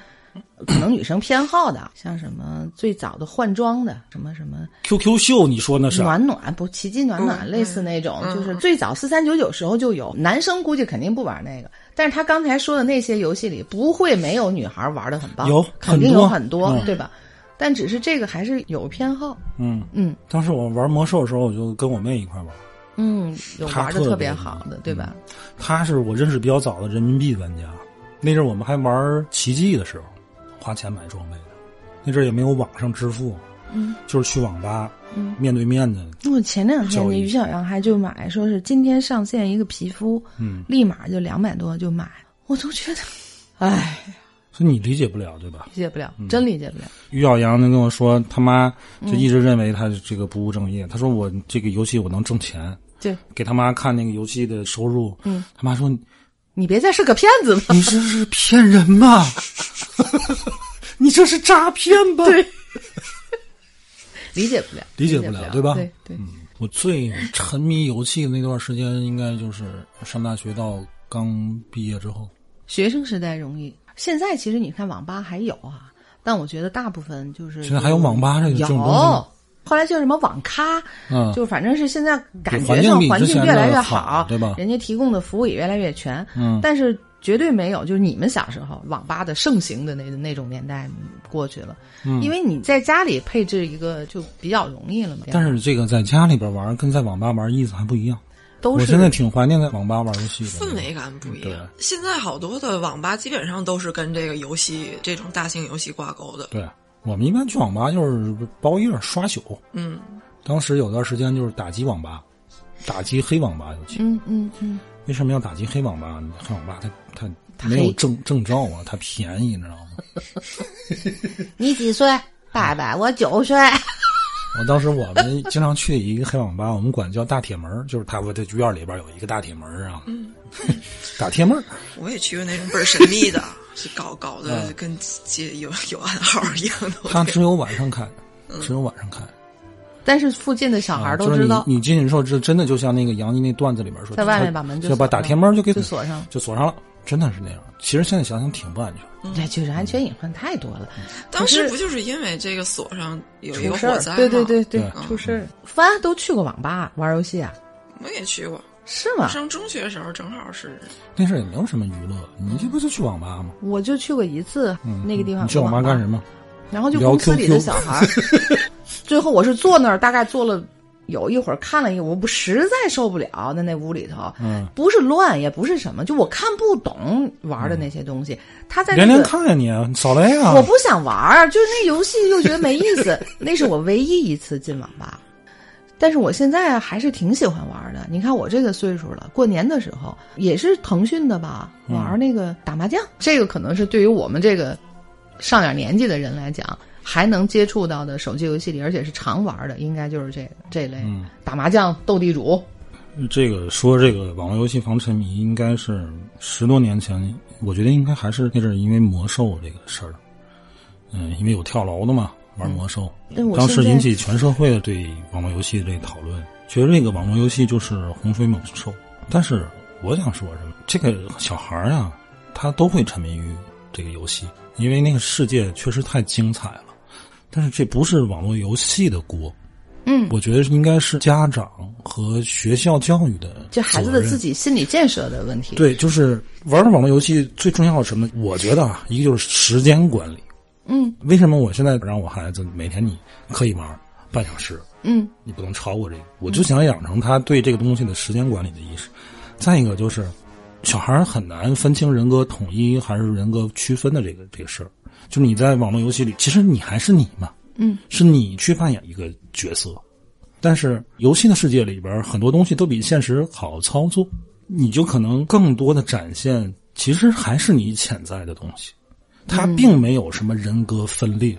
可能女生偏好的，像什么最早的换装的，什么什么 QQ 秀，你说那是暖暖不奇迹暖暖，嗯类似那种，嗯就是最早四三九九时候就有，男生估计肯定不玩那个，但是他刚才说的那些游戏里，不会没有女孩玩的很棒，有肯定有很很多嗯对吧？但只是这个还是有偏好，嗯，嗯当时我玩魔兽的时候，我就跟我妹一块玩。嗯，有他玩的特特别多别嗯好的，对吧？他是我认识比较早的人民币玩家，那阵儿我们还玩奇迹的时候，花钱买装备的，那阵儿也没有网上支付，嗯，就是去网吧，嗯，面对面的，我前两天交那易于小阳还就买，说是今天上线一个皮肤，嗯，立马就两百多就买，我都觉得，唉，所以你理解不了，对吧？理解不嗯了，真理解不了。于小阳就跟我说，他妈就一直认为他这个不务正业，他说我这个游戏我能挣钱，对给他妈看那个游戏的收入，嗯，他妈说你别再是个骗子吧。你这是骗人吧？ 你这是诈骗吧？对，理解不了， 理解不不了对对吧嗯对对，我最沉迷游戏的那段时间，应该就是上大学到刚毕业之后。学生时代容易，现在其实你看网吧还有啊，但我觉得大部分就是现在还有网吧这个这种东西吗有。后来就什么网咖，嗯，就反正是现在感环觉境上比环之境前越来的越好对吧人家提供的服务也越来越全，嗯但是绝对没有就是你们小时候网吧的盛行的那那种年代过去了，嗯因为你在家里配置一个就比较容易了嘛。但是这个在家里边玩跟在网吧玩意思还不一样。都我是现在挺怀念在网吧玩游戏的氛围感不一对样。啊现在好多的网吧基本上都是跟这个游戏这种大型游戏挂钩的。对，我们一般去网吧就是包夜刷宿。嗯，当时有段时间就是打击网吧，打击黑网吧尤其。嗯嗯嗯，为什么要打击黑网吧？黑网吧它它它没有黑证证照啊，它便宜，你知道吗？你几岁？爸爸，我九岁。 我当时我们经常去一个黑网吧，我们管叫大铁门儿，就是他我的剧院里边有一个大铁门儿啊，嗯 打铁 门儿。我也去过那种倍儿神秘的，是搞搞的跟街有有暗号一样的。它只有晚上开，只有晚上开。但是附近的小嗯孩啊，儿就都是知你道，你进去之后，这真的就像那个杨毅那段子里边说，在外面他把门就就把锁上打铁门儿就给就锁上就锁上了，真的是那样。其实现在想想挺不安全。对，就是安全隐患太多了，当时不就是因为这个锁上嗯有一出个事火儿灾，吗？嗯对对对对对，出事儿。帆都去过网吧玩游戏啊，我也去过。是吗？上中学的时候正好是那事儿也没有什么娱乐，你这不就去网吧吗？我就去过一次嗯，那个地方。你去网吧干什？么？然后就聊公司里的 QQ 小孩儿，最后我是坐那儿，大概坐了有一会儿，看了一，我不实在受不了，在那屋里头，嗯，不是乱，也不是什么，就我看不懂玩的那些东西。他在嗯那连个连看呀你，扫雷啊！我不想玩儿，就是那游戏又觉得没意 思。那是我唯一一次进网吧，但是我现在还是挺喜欢玩儿的。你看我这个岁数了，过年的时候也是腾讯的吧，嗯玩儿那个打麻将，这个可能是对于我们这个上点年纪的人来讲。还能接触到的手机游戏里，而且是常玩儿的，应该就是这这类、嗯打麻将、斗地主。这个说这个网络游戏防沉迷，应该是十多年前，我觉得应该还是那阵儿因为魔兽这个事儿，嗯，因为有跳楼的嘛，玩魔兽，但嗯我当时现在引起全社会的对网络游戏的这个讨论，觉得这个网络游戏就是洪水猛兽。但是我想说什么，这个小孩儿啊，他都会沉迷于这个游戏，因为那个世界确实太精彩了。但是这不是网络游戏的锅，嗯，我觉得应该是家长和学校教育的，就孩子的自。己心理建设的问题。对，就是玩网络游戏最重要的什么？我觉得啊，一个就是时间管理。嗯为什么我现在让我孩子每天你可以玩半小时，嗯，你不能超过这个？我就想养成他对这个东西的时间管理的意识。再一个就是，小孩儿很难分清人格统一还是人格区分的这个这个事儿。就是你在网络游戏里，其实你还是你嘛，嗯，是你去扮演一个角色。但是游戏的世界里边儿，很多东西都比现实好操作，你就可能更多的展现，其实还是你潜在的东西，它并没有什么人格分裂，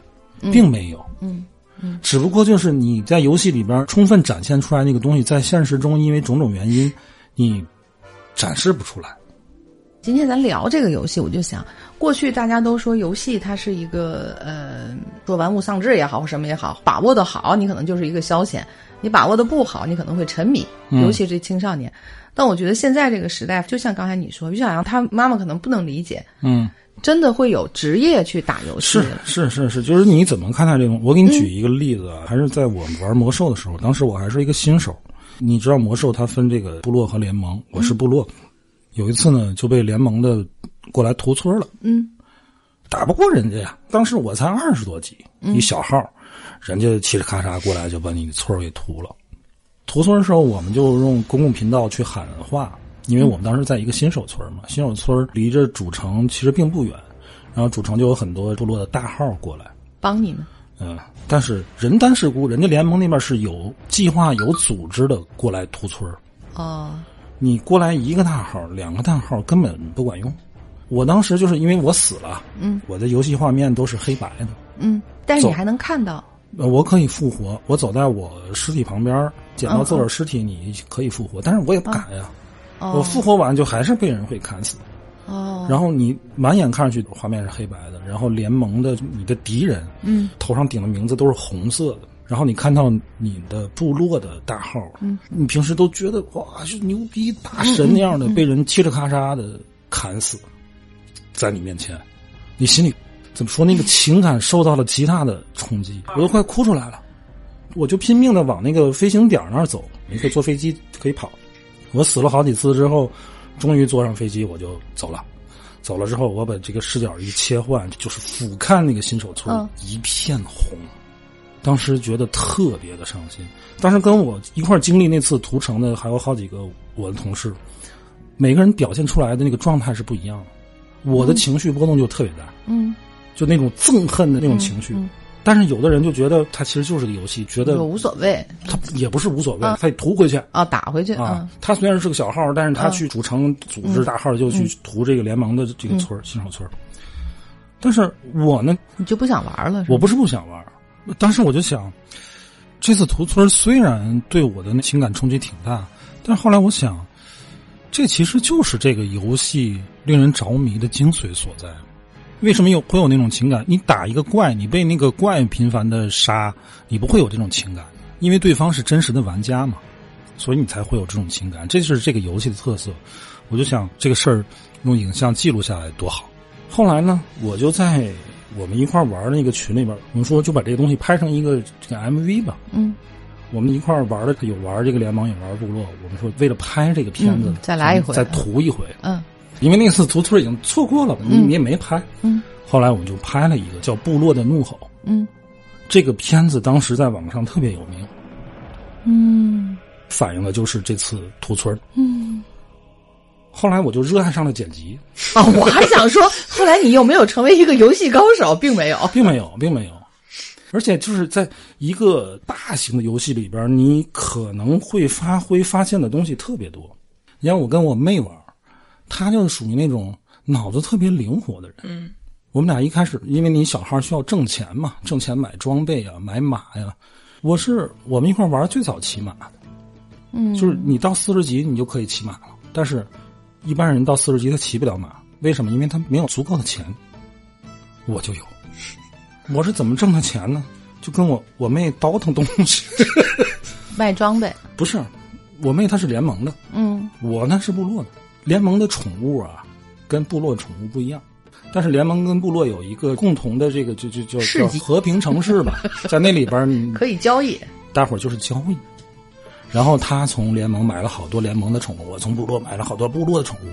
并没有，嗯嗯，只不过就是你在游戏里边儿充分展现出来那个东西，在现实中因为种种原因，你展示不出来。今天咱聊这个游戏，我就想，过去大家都说游戏它是一个呃，说玩物丧志也好，或什么也好，把握的好，你可能就是一个消遣；你把握的不好，你可能会沉迷，嗯尤其是青少年。但我觉得现在这个时代，就像刚才你说，于小阳他妈妈可能不能理解，嗯，真的会有职业去打游戏是了。是是是，就是你怎么看待这种？我给你举一个例子，啊，还是在我玩魔兽的时候，当时我还是一个新手。你知道魔兽它分这个部落和联盟，我是部落。有一次呢，就被联盟的过来屠村了，嗯，打不过人家呀。当时我才二十多级，嗯一小号，人家嘁哩咔嚓过来就把你村儿给屠了。屠村的时候，我们就用公共频道去喊话，因为我们当时在一个新手村嘛，新手村离着主城其实并不远，然后主城就有很多部落的大号过来，帮你呢。嗯，但是人单势孤，人家联盟那边是有计划、有组织的过来屠村儿，哦，你过来一个大号、两个大号根本不管用。我当时就是因为我死了，嗯，我的游戏画面都是黑白的，嗯，但是你走还能看到，呃，我可以复活，我走在我尸体旁边儿捡到自个儿尸体，你可以复活，但是我也不敢呀，哦、我复活完就还是被人会砍死。哦，然后你满眼看上去画面是黑白的，然后联盟的你的敌人，嗯，头上顶的名字都是红色的。然后你看到你的部落的大号，嗯，你平时都觉得哇是牛逼大神那样嗯的，被人嘁哩咔嚓的砍死，在你面前，你心里怎么说？那个情感受到了极大的冲击，我都快哭出来了。我就拼命的往那个飞行点儿那儿走，你可以坐飞机可以跑。我死了好几次之后，终于坐上飞机我就走了。走了之后，我把这个视角一切换，就是俯瞰那个新手村，嗯一片红。当时觉得特别的伤心。当时跟我一块儿经历那次屠城的还有好几个我的同事，每个人表现出来的那个状态是不一样的。我的情绪波动就特别大，嗯，就那种憎恨的那种情绪。但是有的人就觉得他其实就是个游戏，觉得嗯我无所谓他也不是无所谓，他也屠回去。啊、打回去啊，他虽然是个小号，但是他去主城组织大号，就去屠这个联盟的这个村儿、新手村儿。但是我呢，嗯，你就不想玩了，是吧我不是不想玩儿，当时我就想，这次屠村虽然对我的那情感冲击挺大，但是后来我想，这其实就是这个游戏令人着迷的精髓所在。为什么有会有那种情感？你打一个怪，你被那个怪频繁的杀，你不会有这种情感，因为对方是真实的玩家嘛，所以你才会有这种情感。这就是这个游戏的特色。我就想这个事儿用影像记录下来多好。后来呢，我就在我们一块儿玩儿的那个群里边儿，我们说就把这个东西拍成一个这个 MV 吧。嗯，我们一块儿玩儿的有玩儿这个联盟，有玩儿部落。我们说为了拍这个片子，嗯再来一回再涂一回，嗯因为那次屠村已经错过了嘛，你、你也没拍。嗯后来我们就拍了一个叫《部落的怒吼》嗯这个片子，当时在网上特别有名，嗯反映的就是这次屠村。嗯。后来我就热爱上了剪辑，啊，我还想说，后来你有没有成为一个游戏高手，并没有。并没有，并没有。而且就是在一个大型的游戏里边，你可能会发挥发现的东西特别多。你像我跟我妹玩，她就是属于那种脑子特别灵活的人。嗯，我们俩一开始，因为你小号需要挣钱嘛，挣钱买装备啊，买马呀、我是我们一块玩最早骑马的，嗯就是你到四十级你就可以骑马了，但是一般人到四十级他骑不了马，为什么？因为他没有足够的钱。我就有，我是怎么挣的钱呢？就跟我我妹倒腾东西， 卖装备，不是，我妹她是联盟的，嗯我呢是部落的。联盟的宠物啊，跟部落宠物不一样，但是联盟跟部落有一个共同的这个就就就市叫集和平城市吧，在那里边儿你可以交易，大伙儿就是交易。然后他从联盟买了好多联盟的宠物，我从部落买了好多部落的宠物，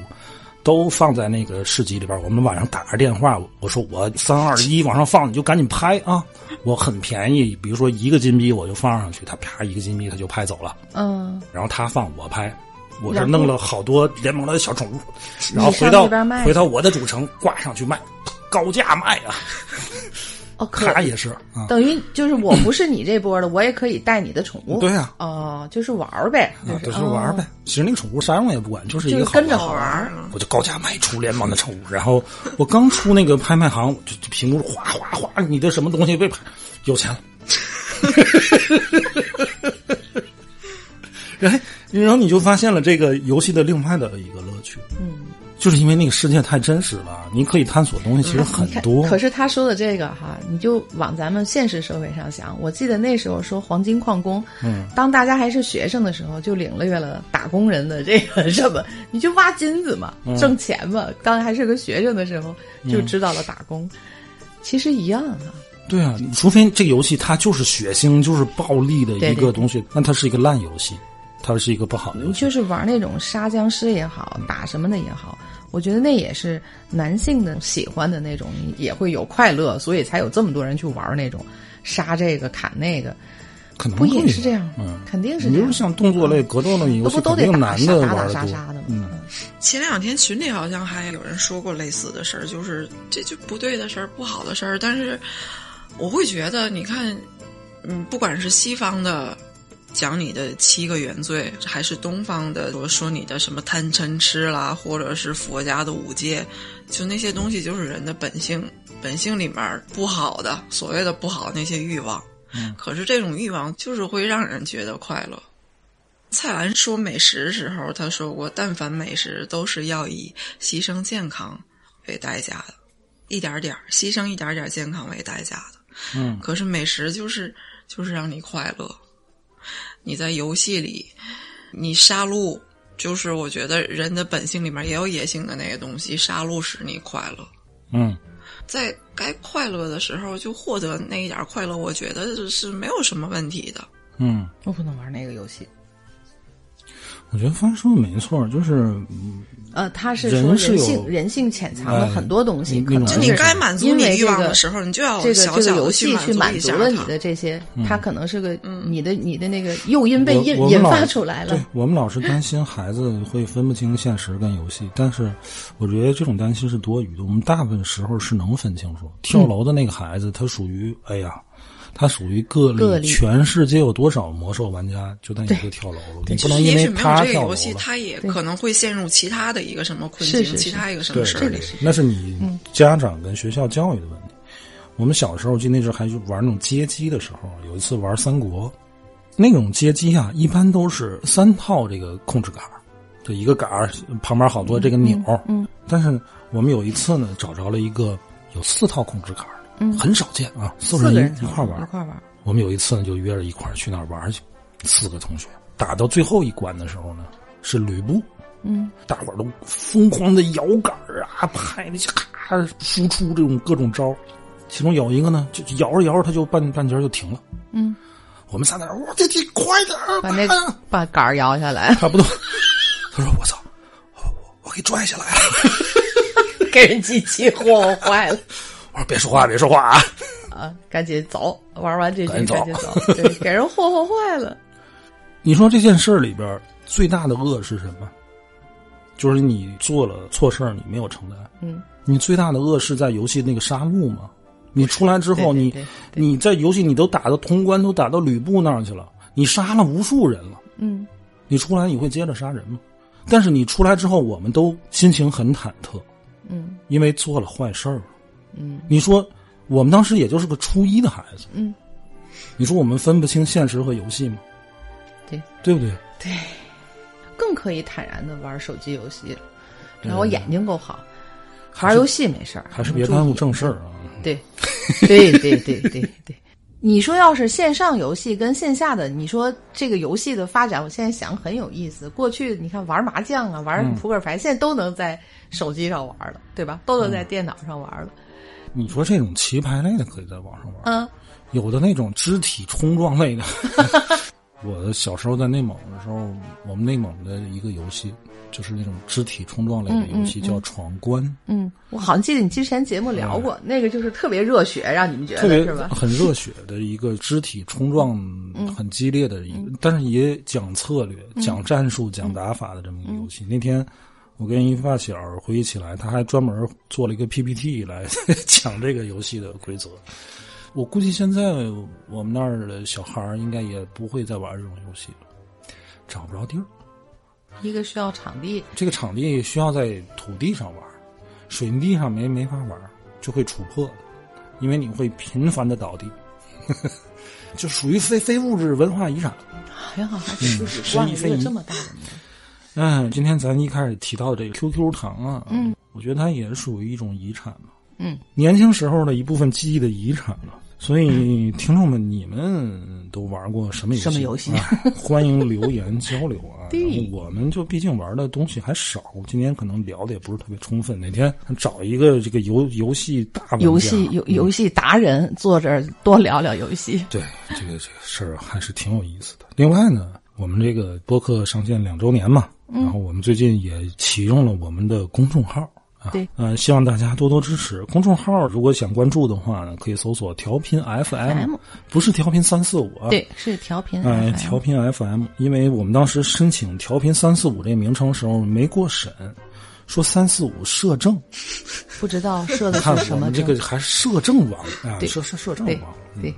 都放在那个市集里边儿。我们晚上打个电话，我说我三二一往上放，你就赶紧拍啊！我很便宜，比如说一个金币我就放上去，他啪一个金币他就拍走了，嗯，然后他放我拍。我这儿弄了好多联盟的小宠物，然后你上回到那边卖回到我的主城挂上去卖，高价卖啊！哦，可他也是啊，等于就是我不是你这波的，我也可以带你的宠物。对啊哦，就是玩儿呗，啊，就就是是玩儿呗。。其实那个宠物啥用也不管，就是一就个是跟着好好玩儿啊嗯我就高价卖出联盟的宠物，然后我刚出那个拍卖行，就就屏幕哗哗哗，你的什么东西被拍，有钱了。 哎然后，然后你就发现了这个游戏的另外的一个乐趣。嗯，就是因为那个世界太真实了，你可以探索的东西其实很你看多。可是他说的这个哈，你就往咱们现实社会上想。我记得那时候说黄金矿工，嗯，当大家还是学生的时候，就领略了打工人的这个什么，你就挖金子嘛，嗯挣钱嘛。当还是个学生的时候，就知道了打工，其实一样啊。对啊，除非这个游戏它就是血腥、就是暴力的对一对个东西，那它是一个烂游戏，它是一个不好的游你戏。就是玩那种杀僵尸也好，打什么的也好，我觉得那也是男性的喜欢的那种，你也会有快乐，所以才有这么多人去玩那种杀这个砍那个，可能不也会是这样吗？嗯，肯定是你这比样如。像动作类、格斗类游都戏，不都肯得定打男杀的打玩打的杀多杀的吗？嗯，前两天群里好像还有人说过类似的事儿，就是这就不对的事儿、不好的事儿。但是我会觉得，你看，嗯，不管是西方的讲你的七个原罪，还是东方的说说你的什么贪嗔痴啦，或者是佛家的五戒，就那些东西就是人的本性，本性里面儿不好的所谓的不好那些欲望。嗯可是这种欲望就是会让人觉得快乐。蔡澜说美食的时候，他说过，但凡美食都是要以牺牲健康为代价的，一点儿点儿牺牲一点儿点儿健康为代价的。嗯，可是美食就是就是让你快乐。你在游戏里，你杀戮，就是我觉得人的本性里面也有野性的那个东西，杀戮使你快乐。嗯，在该快乐的时候就获得那一点儿快乐，我觉得是没有什么问题的。嗯。我不能玩那个游戏。我觉得方说的没错，就是嗯呃，他是人说人是有性人性潜藏了哎很多东西，那可能那就种你是该满足因你为欲这望个的时候，你就要这个小这个小游的戏去满满一足下了你它。嗯的这些，它可能是个你的你的那个诱因嗯被我引我们引老发出来对了。我们老是担心孩子会分不清现实跟游戏，但是我觉得这种担心是多余的。我们大部分时候是能分清楚。跳楼的那个孩子，他属于哎呀，他属于个例，个例全世界有多少魔兽玩家就那一个跳楼了，你不能因也为许没有他这个跳楼游了。戏，他也对可能会陷入其他的一个什么困是境，是其是他一个什对么事儿对里对。那是你家长跟学校教育的问题。我们小时候就那时候还去玩那种街机的时候，有一次玩三国，那种街机啊，一般都是三套这个控制杆儿，就一个杆儿旁边好多这个钮儿。嗯但是我们有一次呢，找着了一个有四套控制杆儿的，嗯很少见啊，四四个人人一一块儿玩一儿。块玩，我们有一次呢，就约着一块儿去那儿玩儿去，四个同学打到最后一关的时候呢，是吕布。嗯，大伙儿都疯狂的摇杆儿啊，拍的咔输出这种各种招儿其中有一个呢，就就摇着摇着，他就半半截儿就停了。嗯，我们仨在那儿，我这这快点儿，把快那 点儿把杆儿摇下来，差不多。他说：“我操，我我给拽下来了。给人机器霍霍坏了”我说：“别说话，别说话啊啊！赶紧走，玩完这局赶紧走赶紧走，对，给人霍霍坏了。！”你说这件事儿里边儿最大的恶是什么？就是你做了错事儿，你没有承担。嗯，你最大的恶是在游戏那个杀戮吗？你出来之后，对对你对对你在游戏你都打到通关，都打到吕布那儿去了，你杀了无数人了，嗯，你出来你会接着杀人吗？但是你出来之后，我们都心情很忐忑，嗯，因为做了坏事儿，嗯，你说我们当时也就是个初一的孩子，嗯，你说我们分不清现实和游戏吗？对，对不对？更可以坦然的玩手机游戏了。只要对我眼睛够好，玩游戏没事儿，嗯还是别耽误注意正事儿啊。对， 对对对对对。你说要是线上游戏跟线下的，你说这个游戏的发展，我现在想很有意思。过去你看玩麻将啊，玩嗯扑克牌，现在都能在手机上玩了，对吧？都能在电脑上玩了。你说这种棋牌类的可以在网上玩，嗯，有的那种肢体冲撞类的。 我小时候在内蒙的时候，我们内蒙的一个游戏就是那种肢体冲撞类的游戏，叫闯关，嗯，我好像记得你之前节目聊过，那个就是特别热血，让你们觉嗯特得别哦是吧？嗯很热血的一个肢体冲撞，很激烈的一个，但是也讲策略、讲战嗯术、讲打法的这么一个游戏。那天。我跟一发小回忆起来，他还专门做了一个 PPT 来 讲这个游戏的规则。我估计现在我们那儿的小孩儿应该也不会再玩这种游戏了，找不着地儿。一个需要场地，这个场地需要在土地上玩，水泥地上没没法玩，就会触破的，因为你会频繁的倒地， 就属于非非物质文化遗产。还好还是自己嗯逛是一了非一个遗这么大的门嗯，今天咱一开始提到的这个 QQ 糖啊，嗯，我觉得它也是属于一种遗产嘛，嗯，年轻时候的一部分记忆的遗产了。所以，听众们，你们都玩过什么游戏？什么游戏啊欢迎留言交流啊！ 对然后我们就毕竟玩的东西还少，今天可能聊的也不是特别充分。哪天找一个这个游游戏大玩家游戏游嗯游戏达人坐这儿多聊聊游戏。对，这个这个事儿还是挺有意思的。另外呢，我们这个播客上线两周年嘛，嗯然后我们最近也启用了我们的公众号。啊，对嗯、希望大家多多支持公众号。如果想关注的话呢，可以搜索“调频 FM”，不是调频三四五，啊对，是调频啊呃， FM 调频 FM，因为我们当时申请调频三四五这个名称的时候没过审，说三四五摄政，不知道设的看是什我么们这针个还是摄政王啊，对摄摄摄政对王，嗯对，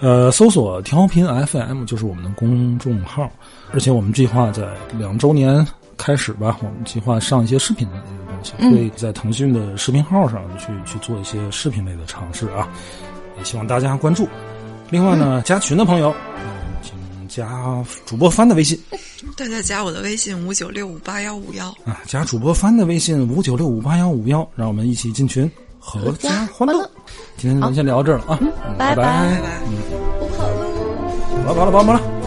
呃，搜索调频 FM 就是我们的公众号，而且我们计划在两周年开始吧，我们计划上一些视频类的东西，会在腾讯的视频号上去去做一些视频类的尝试啊，也希望大家关注。另外呢，加群的朋友，嗯，请加主播帆的微信大家加我的微信五九六五八幺五幺，啊，加主播帆的微信五九六五八幺五幺，让我们一起进群，阖家欢乐。今天咱们先聊到这儿了啊，嗯拜拜拜拜拜。好了，完了，完了，完了。